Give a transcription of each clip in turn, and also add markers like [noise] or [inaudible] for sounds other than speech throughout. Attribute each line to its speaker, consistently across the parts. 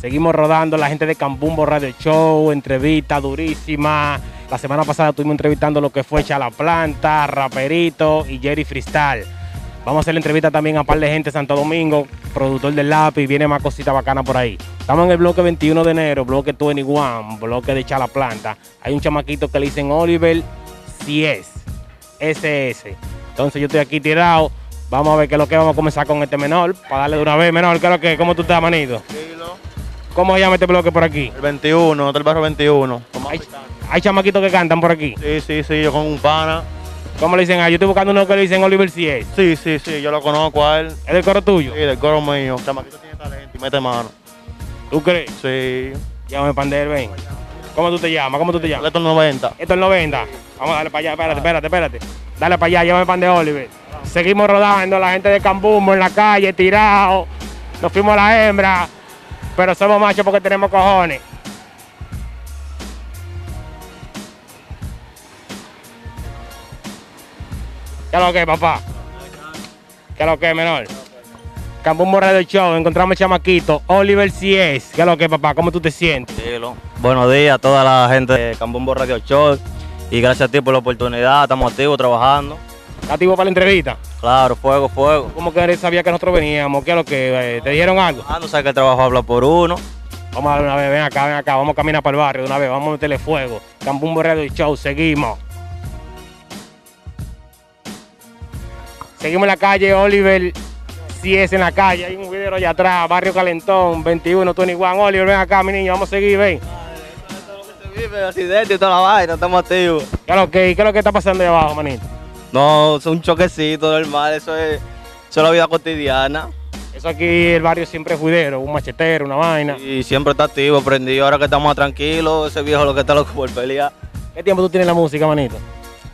Speaker 1: Seguimos rodando la gente de Cambumbo Radio Show, entrevista durísima. La semana pasada estuvimos entrevistando lo que fue Chala Planta, Raperito y Jerry Freestyle. Vamos a hacer la entrevista también a un par de gente de Santo Domingo, productor del lápiz, viene más cosita bacana por ahí. Estamos en el bloque 21 de enero, bloque 21, bloque de Chala Planta. Hay un chamaquito que le dicen Oliver Cies, SS. Entonces yo estoy aquí tirado. Vamos a ver qué es lo que vamos a comenzar con este menor. Para darle de una vez, menor, ¿qué es lo que? ¿Cómo tú estás, manito? ¿Cómo se llama este bloque por aquí?
Speaker 2: El 21, del barrio 21.
Speaker 1: Hay, hay chamaquitos que cantan por aquí.
Speaker 2: Sí, sí, sí, yo con un pana.
Speaker 1: ¿Cómo le dicen? Ah, yo estoy buscando uno que le dicen Oliver Cies.
Speaker 2: Sí, sí, sí, yo lo conozco a él.
Speaker 1: ¿Es del coro tuyo?
Speaker 2: Sí, del coro mío. Chamaquito tiene talento y mete mano.
Speaker 1: ¿Tú crees?
Speaker 2: Sí.
Speaker 1: Llámame, Pandel, ven. ¿Cómo tú te llamas? ¿Cómo tú te llamas?
Speaker 2: Leto 90.
Speaker 1: Esto es 90. Vamos a darle para allá, espérate, espérate, espérate. Dale para allá, llévame pan de Oliver. Seguimos rodando, la gente de Cambumbo en la calle, tirado. Nos fuimos a la hembra, pero somos machos porque tenemos cojones. ¿Qué es lo que, es, papá? ¿Qué es lo que, es, menor? Cambumbo Radio Show, encontramos el chamaquito, Oliver Cies. ¿Qué es lo que, es, papá? ¿Cómo tú te sientes?
Speaker 3: Buenos días a toda la gente de Cambumbo Radio Show y gracias a ti por la oportunidad, estamos activos trabajando.
Speaker 1: ¿Estás activo para la entrevista?
Speaker 3: Claro, fuego, fuego.
Speaker 1: ¿Cómo que eres sabía que nosotros veníamos? ¿Qué es lo que? eh, ¿Te dijeron algo?
Speaker 3: Ah, no sabes que el trabajo habla por uno.
Speaker 1: Vamos a darle una vez, ven acá, ven acá, vamos a caminar para el barrio de una vez, vamos a meterle fuego. Cambumbo Radio Show, seguimos. Seguimos en la calle, Oliver, si es en la calle, hay un video allá atrás, Barrio Calentón, 21, 21, Oliver, ven acá, mi niño, vamos a seguir, ven.
Speaker 3: Vive accidente y toda la vaina, estamos activos.
Speaker 1: ¿Qué es lo que, qué es lo que está pasando ahí abajo, manito?
Speaker 3: No, es un choquecito normal, eso es, eso es la vida cotidiana.
Speaker 1: Eso aquí, el barrio siempre es juidero, un machetero, una vaina.
Speaker 3: Y siempre está activo, prendido. Ahora que estamos tranquilos, ese viejo lo que está loco por pelear.
Speaker 1: ¿Qué tiempo tú tienes en la música, manito?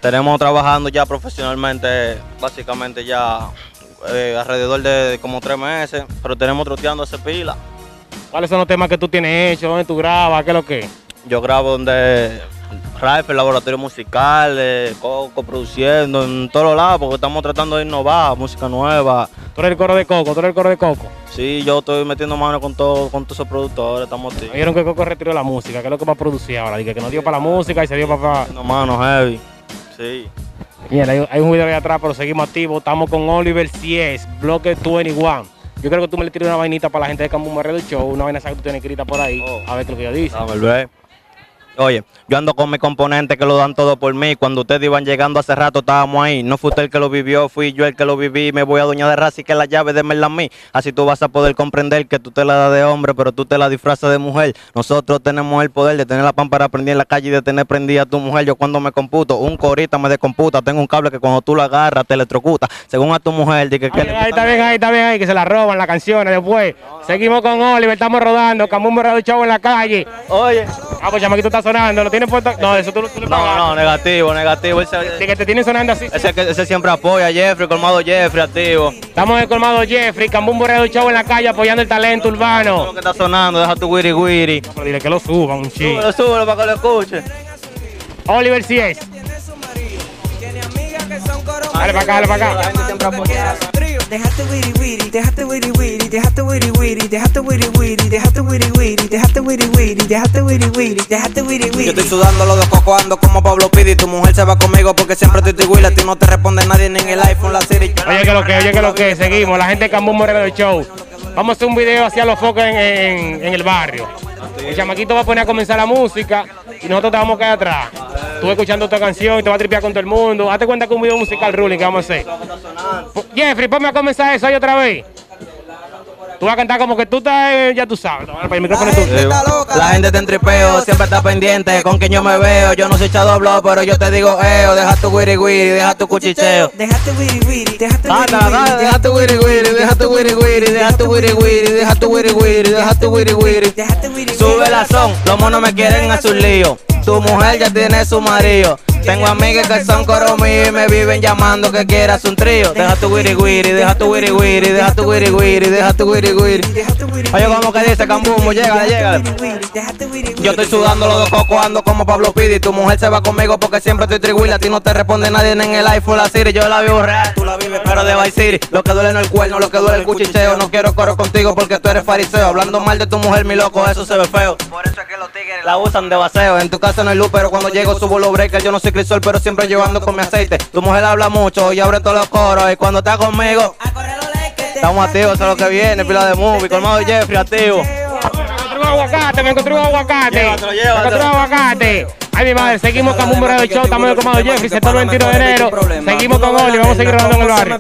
Speaker 3: Tenemos trabajando ya profesionalmente, básicamente ya eh, alrededor de como tres meses, pero tenemos troteando ese pila.
Speaker 1: ¿Cuáles son los temas que tú tienes hechos? ¿Dónde tú grabas? ¿Qué es lo que?
Speaker 3: Yo grabo donde Rifle, laboratorio musical, eh, Coco produciendo, en todos lados, porque estamos tratando de innovar, música nueva.
Speaker 1: Tú eres el coro de Coco, tú eres el coro de Coco.
Speaker 3: Sí, yo estoy metiendo mano con todo, con todos esos productores, estamos activos.
Speaker 1: Vieron que Coco retiró la música, que es lo que va a producir ahora, dije que no dio para la música y se dio para...
Speaker 3: Metiendo mano heavy. Sí.
Speaker 1: Mira, hay, hay un video allá atrás, pero seguimos activos, estamos con Oliver Cies, bloque 21. Yo creo que tú me le tiras una vainita para la gente de Cambumbo Radio Show, una vaina esa que tú tienes escrita por ahí,
Speaker 3: Oh.
Speaker 1: a ver qué es lo que yo dice.
Speaker 3: Dame el break. Oye, yo ando con mis componentes que lo dan todo por mí. Cuando ustedes iban llegando hace rato estábamos ahí. No fue usted el que lo vivió, fui yo el que lo viví. Me voy a doña de raza y que la llave de a mí. Así tú vas a poder comprender que tú te la das de hombre, pero tú te la disfrazas de mujer. Nosotros tenemos el poder de tener la pámpara prendida en la calle y de tener prendida a tu mujer. Yo cuando me computo, un corita me descomputa. Tengo un cable que cuando tú lo agarras te electrocuta. Según a tu mujer, di que,
Speaker 1: Ahí,
Speaker 3: que le
Speaker 1: ahí,
Speaker 3: gusta-
Speaker 1: está bien, ahí, está bien, ahí, que se la roban las canciones después. Seguimos con Oliver, estamos rodando, Cambumbo Radio Show en la calle.
Speaker 3: Oye,
Speaker 1: Ah, pues chamaquito está sonando, lo tienes puesto... No, eso tú, tú le
Speaker 3: no,
Speaker 1: pagas.
Speaker 3: no, negativo, negativo. Ese-
Speaker 1: Sí, que te tienen sonando así. sí.
Speaker 3: Ese, que- ese siempre apoya a Jeffrey, colmado Jeffrey, activo.
Speaker 1: Estamos en el colmado Jeffrey, Cambumbo Radio Show en la calle apoyando el talento
Speaker 3: Todo lo
Speaker 1: urbano.
Speaker 3: que está sonando, deja tu wiri wiri.
Speaker 1: Pero dile que lo suban un chico.
Speaker 3: Súbelo, súbelo para que lo escuche.
Speaker 1: Oliver Cies.
Speaker 4: tiene su marido. Tiene amigas que son coro-
Speaker 1: Dale para acá, dale para acá.
Speaker 4: Dejaste wiri wiri, dejaste wiri wiri, dejaste wiri wiri, dejaste wiri wiri, dejaste wiri wiri, dejaste wiri wiri, dejaste wiri wiri, dejaste wiri
Speaker 5: Yo estoy
Speaker 4: wiri.
Speaker 5: sudando los dos cocos, ando como Pablo Pidi. Tu mujer se va conmigo porque siempre estoy igual. A ti no te responde nadie ni en el iPhone, la Siri.
Speaker 1: Oye, que lo que, oye, que lo que, seguimos. La gente de Cambú Moreno del Show. Vamos a hacer un video hacia los focos en, en- en el barrio. El chamaquito va a poner a comenzar la música y nosotros te vamos a caer atrás. Tú escuchando tu canción y te vas a tripear con todo el mundo. Hazte cuenta que es un video musical ruling que vamos a hacer. Po- Jeffrey, ponme a comenzar eso ahí otra vez. Tú vas a cantar como que tú estás, eh, ya tú sabes. Para el micrófono es tuyo.
Speaker 5: Está loca,
Speaker 3: La gente te entripeo, siempre está pendiente con que yo me veo. Yo no soy chadoblo, pero yo te digo, eo, deja tu wiri wiri, deja tu cuchicheo.
Speaker 4: Dejaste wiri wiri, dejaste wiri
Speaker 3: Anda,
Speaker 4: wiri,
Speaker 3: dale, deja tu wiri wiri, deja tu wiri wiri, deja tu wiri wiri, deja tu wiri wiri, deja tu wiri wiri.
Speaker 4: dejaste wiri wiri.
Speaker 3: Sube la son, los monos me quieren a sus líos. Tu mujer ya tiene su marido.
Speaker 5: Tengo amigas que son coromí y me viven llamando que quieras un trío. Deja tu wiri wiri, deja tu wiri wiri, deja tu wiri wiri, deja tu wiri wiri.
Speaker 4: Oye, como que dice Cambumbo, llega, llega.
Speaker 5: Yo estoy sudando los dos cocos, ando como Pablo Pidi. Tu mujer se va conmigo porque siempre estoy triguila. A ti no te responde nadie en el iPhone, la Siri. Yo la vivo real, tú la vives, pero de Vice City. Lo que duele no el cuerno, lo que duele el cuchicheo. No quiero coro contigo porque tú eres fariseo. Hablando mal de tu mujer, mi loco, eso se ve feo. Por eso es que los tigres la usan de baseo. En tu casa no hay luz, pero cuando llego subo los breakers. Yo no soy crisol, pero siempre llevando con mi aceite. Tu mujer habla mucho y abre todos los coros. Y cuando está conmigo,
Speaker 4: Estamos activos, eso es lo que viene, pila de movie, colmado de Jeffrey, activo.
Speaker 1: encontré un aguacate, me encontré un aguacate.
Speaker 2: Llévatelo,
Speaker 1: Me encontré un
Speaker 2: llévatelo.
Speaker 1: aguacate. Ay, mi madre, seguimos con Bumbo Radio Show, estamos en el comando Jeffrey, sector 21 de enero. Seguimos con Oli, vamos a seguir grabando en el barrio.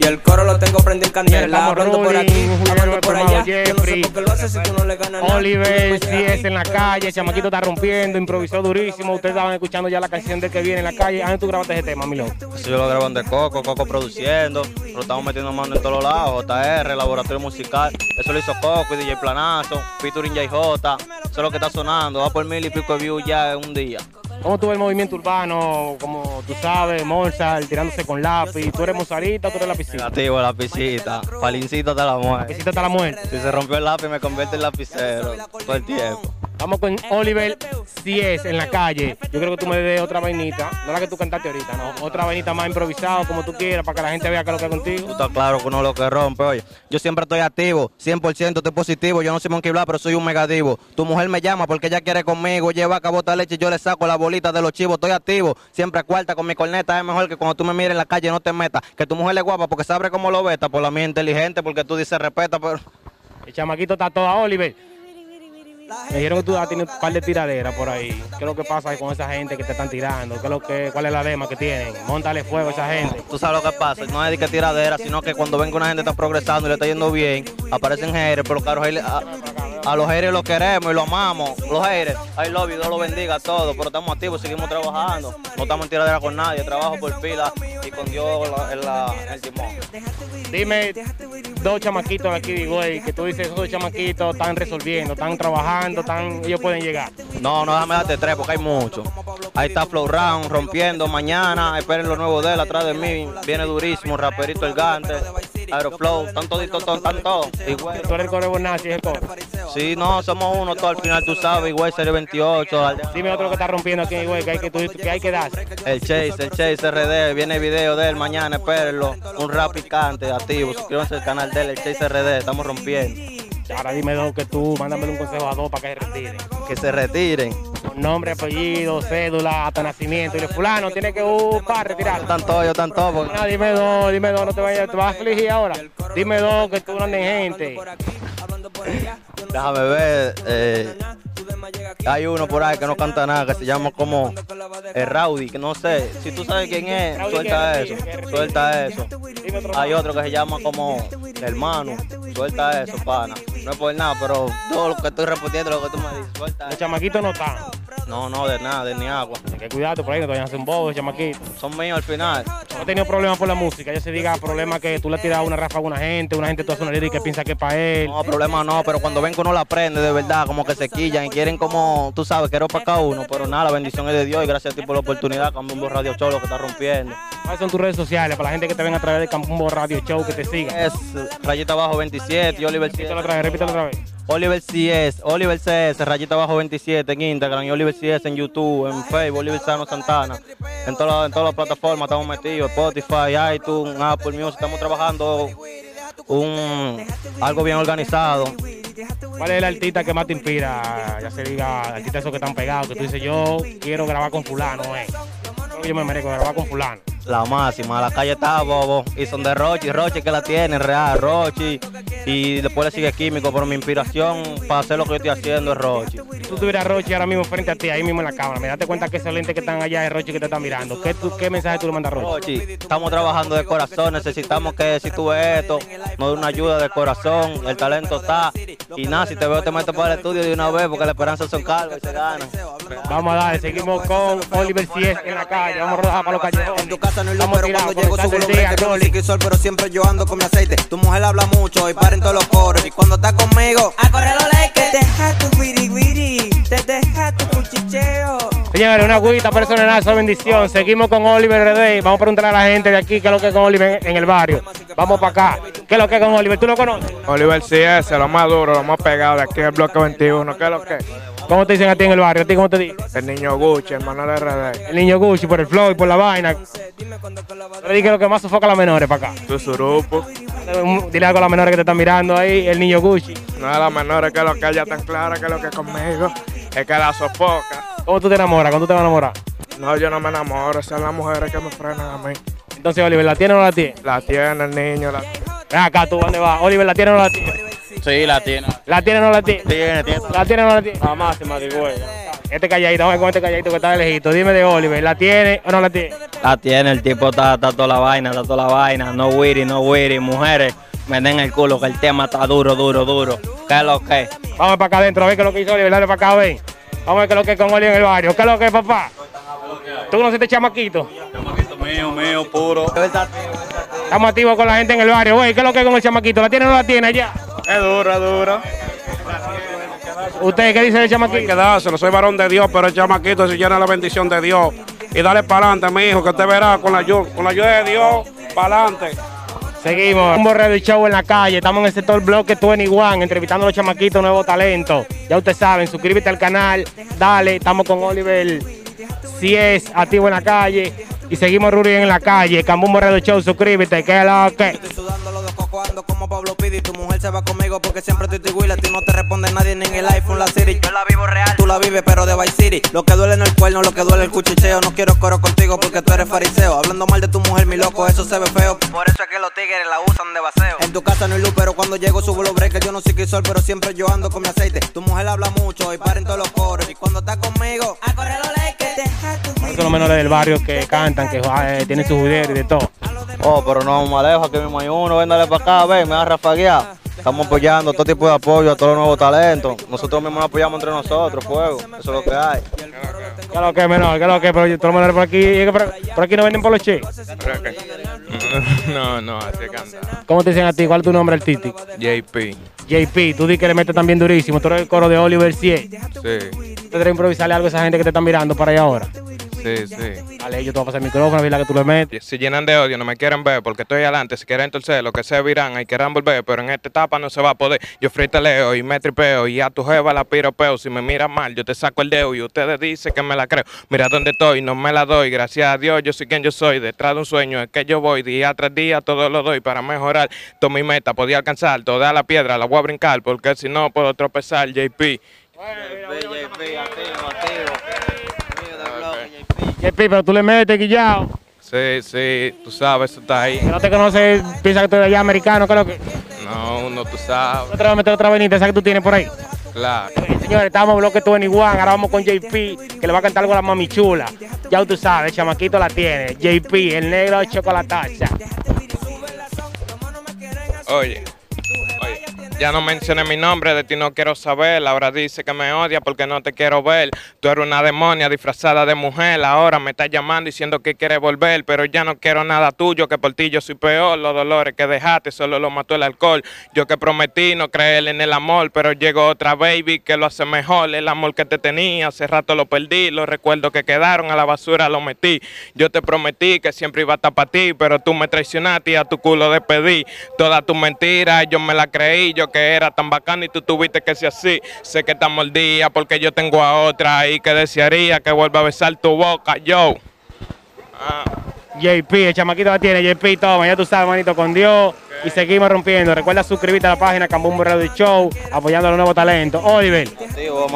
Speaker 5: Y el coro lo tengo prendido en
Speaker 1: candela, hablando por aquí, hablando por allá. Yo no sé por qué lo
Speaker 5: haces si tú no le ganas
Speaker 1: Oliver, si es en la calle, el chamaquito está rompiendo, improvisó durísimo. Ustedes estaban escuchando ya la canción del que viene en la calle. Ah, tú grabaste ese tema, mi loco.
Speaker 3: Eso yo lo grabo en de Coco, Coco produciendo, lo estamos metiendo mano en todos lados, JR, Laboratorio Musical, eso lo hizo Coco y DJ Planazo, featuring JJ, eso es lo que está sonando, va por mil y pico de views ya en un día.
Speaker 1: ¿Cómo tú ves el movimiento urbano? Como tú sabes, Mozart tirándose con lápiz. ¿Tú eres Mozarita o tú eres lapicita?
Speaker 3: Negativo, la pisita, palincita de la muerte.
Speaker 1: Lapicita hasta la muerte.
Speaker 3: Si se rompió el lápiz me convierte en lapicero todo el tiempo.
Speaker 1: Vamos con Oliver Cies en la calle. Yo creo que tú me des otra vainita. No la que tú cantaste ahorita, no. Otra vainita más improvisada, como tú quieras, para que la gente vea que es lo que es
Speaker 3: Tú
Speaker 1: contigo.
Speaker 3: estás claro que uno lo que rompe, oye. Yo siempre estoy activo, 100% estoy positivo. Yo no soy monkey Blah, pero soy un megadivo. Tu mujer me llama porque ella quiere conmigo. Lleva a cabo esta leche y yo le saco la bolita de los chivos. Estoy activo, siempre a cuarta con mi corneta. Es mejor que cuando tú me mires en la calle no te metas. Que tu mujer es guapa porque sabe cómo lo veta. Por la mía inteligente, porque tú dices respeta, pero.
Speaker 1: El chamaquito está todo a Oliver. Me dijeron que tú has tenido un par de tiraderas por ahí. ¿Qué es lo que pasa con esa gente que te están tirando? ¿Qué es lo que, ¿Cuál es la dema que tienen? Montale fuego a esa gente.
Speaker 3: Tú sabes lo que pasa, no es de que tiradera, sino que cuando venga una gente está progresando y le está yendo bien, aparecen haters, pero claro, haters- a, a los haters los queremos y los amamos. Los haters, I love you, Dios los bendiga a todos, pero estamos activos, seguimos trabajando. No estamos en tiradera con nadie, trabajo por pila y con Dios en la- en la- en el timón.
Speaker 1: Dime dos chamaquitos de aquí de Higüey, que tú dices, esos dos chamaquitos están resolviendo, están trabajando, están, ellos pueden llegar.
Speaker 3: No, no, déjame darte tres porque hay mucho. Ahí está Flow Round rompiendo mañana. Esperen lo nuevo de él atrás de mí. Viene durísimo, raperito el gante. Aeroflow, están toditos, están todos. Y güey,
Speaker 1: Tú eres el coreo Bonazzi, es el coro.
Speaker 3: Sí, no, somos uno todo al final, tú sabes, igual serie 28, al-
Speaker 1: Dime otro que está rompiendo aquí en Higüey, que hay que, tú dices que, hay que darse.
Speaker 3: el Chase, el Chase RD, viene el video de él mañana, espérenlo, un rap picante, activo, suscríbanse al canal de él, el Chase RD, estamos rompiendo,
Speaker 1: Ahora dime dos que tú, mándamele un consejo a dos para que se retiren.
Speaker 3: que se retiren,
Speaker 1: Con nombre, apellido, cédula, hasta nacimiento. Y le fulano, tiene que buscar, retirar.
Speaker 3: están todos, yo están todos, porque-
Speaker 1: Ah, dime dos, dime dos, no te vayas, te vas a afligir ahora. Dime dos que tú no andes gente.
Speaker 3: déjame ver, eh, hay uno por ahí que no canta nada, que se llama como el Rowdy, que no sé, si tú sabes quién es, suelta eso, suelta eso.
Speaker 1: Dime otro.
Speaker 3: Hay otro que se llama como hermano. Suelta eso, pana. No es por nada, pero todo lo que estoy respondiendo lo que tú me dices. Suelta
Speaker 1: Los
Speaker 3: eso.
Speaker 1: chamaquitos no están.
Speaker 3: No, no, de nada, de ni agua.
Speaker 1: Hay que cuidarte por ahí, que te vayan a hacer un bobo, chamaquito.
Speaker 3: Son míos al final.
Speaker 1: No he tenido problemas por la música. Yo se diga problemas que tú le tiras una ráfaga a una gente, una gente tú haces una lírica y piensa que es para él.
Speaker 3: No, problema no, pero cuando ven que uno la aprende, de verdad, como que se quillan y quieren como, tú sabes, quiero para cada uno. Pero nada, la bendición es de Dios y gracias a ti por la oportunidad, Cambumbo Radio Show, lo que está rompiendo.
Speaker 1: ¿Cuáles son tus redes sociales para la gente que te ven a través de Campumbo Radio Show, que te siga?
Speaker 3: Es rayita abajo 27, y Oliver
Speaker 1: Repítelo
Speaker 3: 7.
Speaker 1: otra vez, repítelo otra vez.
Speaker 3: Oliver CS, Oliver CS, rayita abajo 27 en Instagram y Oliver CS en YouTube, en Facebook, Oliver Sano Santana. En todas, en todas las plataformas estamos metidos, Spotify, iTunes, Apple Music, estamos trabajando un, algo bien organizado.
Speaker 1: ¿Cuál es el artista que más te inspira? Ya se diga, artistas esos que están pegados, que tú dices, yo quiero grabar con fulano, eh. Yo me merezco grabar con fulano.
Speaker 3: La máxima, la calle está bobo. Y son de Rochi, Rochi que la tiene, real, Rochi. Y después le sigue químico, pero mi inspiración para hacer lo que yo estoy haciendo es Rochi.
Speaker 1: Si tú tuvieras a Rochi ahora mismo frente a ti, ahí mismo en la cámara, me date cuenta que esos lentes que están allá es Rochi que te están mirando. ¿Qué, tú- qué mensaje tú le mandas a Rochi?
Speaker 3: Rochi, estamos trabajando de corazón, necesitamos que si tú ves esto, nos dé una ayuda de corazón, el talento está, Y nada, si te veo, te meto para el estudio de una vez, porque la esperanza son calvos y se ganan.
Speaker 1: Vamos a darle, seguimos con Oliver Sies en la calle. Vamos a rodar para los callejones.
Speaker 5: En tu casa no hay luz,
Speaker 1: Estamos
Speaker 5: pero cuando
Speaker 1: tirados,
Speaker 5: llego
Speaker 1: conectando
Speaker 5: subo
Speaker 1: el
Speaker 5: los
Speaker 1: día,
Speaker 5: bretes con
Speaker 1: Rolly.
Speaker 5: el quisol, pero siempre yo ando con mi aceite. Tu mujer habla mucho y paren todos los coros. Y cuando está conmigo, a correr los
Speaker 4: Te
Speaker 5: leques.
Speaker 4: deja tu wiri wiri, te deja tu cuchicheo.
Speaker 1: Señores, una agüita personal, su bendición. Seguimos con Oliver RD. Vamos a preguntarle a la gente de aquí qué es lo que es con Oliver en el barrio. Vamos para acá. ¿Qué es lo que es con Oliver? ¿Tú lo conoces?
Speaker 6: Oliver sí es lo más duro, lo más pegado de aquí en el bloque 21. ¿Qué es lo que?
Speaker 1: ¿Cómo te dicen a ti en el barrio? ¿A ti cómo te dicen?
Speaker 6: El niño Gucci, hermano de RD.
Speaker 1: El niño Gucci por el flow y por la vaina. Pero di que lo que más sofoca a las menores para acá.
Speaker 6: Tu surupo.
Speaker 1: Dile algo a las menores que te están mirando ahí. El niño Gucci.
Speaker 6: No es la menor, es que lo que ella tan clara, que lo que conmigo es que la sofoca.
Speaker 1: ¿Cómo tú te enamoras? ¿Cuándo te vas a enamorar?
Speaker 6: No, yo no me enamoro, son las mujeres que me frenan a mí.
Speaker 1: Entonces, Oliver, ¿la tiene o no la tiene?
Speaker 6: La tiene el niño, la
Speaker 1: Ven acá, tú, ¿dónde vas? Oliver, ¿la tiene o no la tiene?
Speaker 7: Sí, la tiene.
Speaker 1: ¿La tiene o no la tiene?
Speaker 2: Tiene, tiene.
Speaker 1: ¿La tiene o no la tiene? La máxima, Este calladito, vamos a ver con este calladito que está de lejito. Dime de Oliver, ¿la tiene o no la tiene?
Speaker 3: La tiene, el tipo está, está toda la vaina, está toda la vaina. No wiri, no wiri. Mujeres, me den el culo, que el tema está duro, duro, duro. ¿Qué es lo que?
Speaker 1: Vamos para acá adentro, a ver qué es lo que hizo Oliver, dale para acá, ven. Vamos a ver qué es lo que es con Oliver en el barrio. ¿Qué es lo que es, papá? ¿Tú conociste chamaquito?
Speaker 7: Mío, mío, puro.
Speaker 1: Estamos activos con la gente en el barrio, güey. ¿Qué es lo que es con el chamaquito? ¿La tiene o no la tiene allá?
Speaker 6: Es duro, es duro.
Speaker 1: ¿Usted qué dice del
Speaker 6: Hay que
Speaker 1: chamaquito?
Speaker 6: dárselo, soy varón de Dios, pero el chamaquito se llena la bendición de Dios. Y dale para adelante, mi hijo, que usted verá con la ayuda, con la ayuda de Dios, para adelante.
Speaker 1: Seguimos. Un borrero y show en la calle. Estamos en el sector bloque 21, entrevistando a los chamaquitos, nuevo talento. Ya ustedes saben, suscríbete al canal. Dale, estamos con Oliver. Si es activo en la calle. Y seguimos Ruri en la calle. Cambum Borrero Show, suscríbete. ¿Qué es lo que?
Speaker 5: Estoy sudando los dos cocos, ando como Pablo Pidi. Tu mujer se va conmigo porque siempre estoy igual. A ti no te responde nadie ni en el iPhone, la Siri. Yo la vivo real, tú la vives, pero de Vice City. Lo que duele no el cuerno, lo que duele el cuchicheo. No quiero coro contigo porque tú eres fariseo. Hablando mal de tu mujer, mi loco, eso se ve feo. Por eso es que los tigres la usan de baseo. En tu casa no hay luz, pero cuando llego subo los breakers. Yo no soy crisol, pero siempre yo ando con mi aceite. Tu mujer habla mucho y paren todos los coros. Y cuando está conmigo, a correr los leques.
Speaker 4: Deja tu
Speaker 1: Son los menores del barrio que cantan, que eh, tienen sus videos y de todo.
Speaker 3: Oh, pero no vamos más lejos, aquí mismo hay uno, véndale para acá, ven, me va a rafaguear. Estamos apoyando todo tipo de apoyo a todos los nuevos talentos. Nosotros mismos nos apoyamos entre nosotros, fuego. Eso es lo que hay.
Speaker 1: ¿Qué es lo que, menor? ¿Qué es lo que? Pero yo- todos los menores por aquí. y es que Por, por aquí no venden por los che.
Speaker 6: [laughs] No, no, así canta.
Speaker 1: ¿Cómo te dicen a ti? ¿Cuál es tu nombre artístico?
Speaker 6: JP,
Speaker 1: JP, tú di que le metes también durísimo. Tú eres el coro de Oliver 100. Tú
Speaker 6: sí,
Speaker 1: tienes que improvisarle algo a esa gente que te están mirando para allá ahora.
Speaker 6: sí, sí.
Speaker 1: Dale, yo te voy a pasar el micrófono, vi la que tú le metes.
Speaker 6: Si llenan de odio, no me quieren ver porque estoy adelante. Si quieren entonces lo que se virán, hay que volver. Pero en esta etapa no se va a poder. Yo leo y me tripeo y a tu jeva la piropeo. Si me miras mal, yo te saco el dedo y ustedes dicen que me la creo. Mira dónde estoy, no me la doy. Gracias a Dios, yo soy quien yo soy. Detrás de un sueño es que yo voy. Día tras día todo lo doy para mejorar. Toda mi meta podía alcanzar. Toda la piedra la voy a brincar porque si no puedo tropezar, JP.
Speaker 1: JP, pero tú le metes, guillao.
Speaker 6: Sí, sí, tú sabes, eso está ahí.
Speaker 1: Que no te conoces, piensa que tú eres allá americano, creo que.
Speaker 6: No, uno tú sabes,
Speaker 1: Otra vez meter otra venita, esa que tú tienes por ahí.
Speaker 6: claro.
Speaker 1: Señores, estamos bloque 21, ahora vamos con JP, que le va a cantar algo a la mami chula. Ya tú sabes, el chamaquito la tiene. JP, el negro chocolataza.
Speaker 6: Oye, oye, ya no mencioné mi nombre, de ti no quiero saber. Ahora dice que me odia porque no te quiero ver. Tú eres una demonia disfrazada de mujer. Ahora me estás llamando diciendo que quieres volver, pero ya no quiero nada tuyo, que por ti yo soy peor. Los dolores que dejaste solo lo mató el alcohol. Yo que prometí no creer en el amor, pero llegó otra baby que lo hace mejor. El amor que te tenía, hace rato lo perdí. Los recuerdos que quedaron a la basura lo metí. Yo te prometí que siempre iba a estar para ti, pero tú me traicionaste y a tu culo despedí. Todas tus mentiras, yo me las creí, yo que era tan bacano y tú tuviste que ser así. Sé que estás mordida porque yo tengo a otra y que desearía que vuelva a besar tu boca, yo.
Speaker 1: JP, el chamaquito la tiene, JP, toma, ya tú sabes, manito, con Dios. Y seguimos rompiendo. Recuerda suscribirte a la página Cambumbo Radio Show, apoyando a los nuevos talentos. Oliver,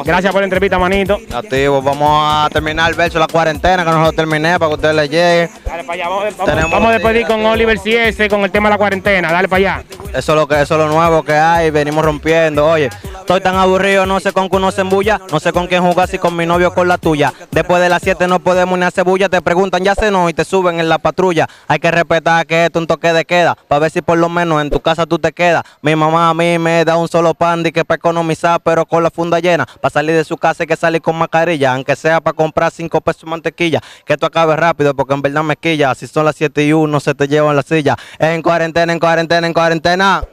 Speaker 1: gracias por la entrevista, manito.
Speaker 3: Activo, vamos a terminar el verso de la cuarentena, que no lo terminé para que ustedes le llegue.
Speaker 1: Dale para allá, vamos, vamos-
Speaker 3: Tenemos-
Speaker 1: vamos a despedir con Oliver CS con el tema de la cuarentena. Dale para allá.
Speaker 3: Eso es lo que eso es lo nuevo que hay, venimos rompiendo. Oye, Estoy tan aburrido, no sé con quién uno se embulla. No sé con quién jugar, si con mi novio o con la tuya. Después de las 7 no podemos ni hacer bulla. Te preguntan, ya se no, y te suben en la patrulla. Hay que respetar que esto es un toque de queda. Para ver si por lo menos en tu casa tú te quedas. Mi mamá a mí me da un solo pan, di que para economizar, pero con la funda llena. Para salir de su casa hay que salir con mascarilla. Aunque sea para comprar 5 pesos de mantequilla. Que esto acabe rápido, porque en verdad me quilla. Si son las 7 y 1, se te llevan la silla. En cuarentena, en cuarentena, en cuarentena.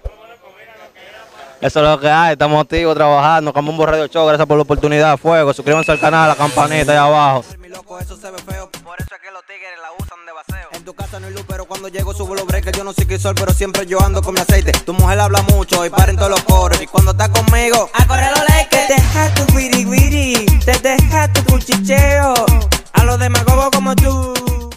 Speaker 3: Eso es lo que hay, estamos activos trabajando, Cambumbo Radio Show, gracias por la oportunidad, fuego, suscríbanse al canal, la campanita allá abajo.
Speaker 5: Mi loco, eso se ve feo. Por eso es que los tigres la usan de baseo. En tu casa no hay luz, pero cuando llego subo los breakers. Yo no soy crisol, pero siempre yo ando con mi aceite. Tu mujer habla mucho y paren todos los coros. Y cuando está conmigo, a correr los
Speaker 4: Te
Speaker 5: leques.
Speaker 4: deja tu wiri wiri, te deja tu cuchicheo. A los demagogos como tú,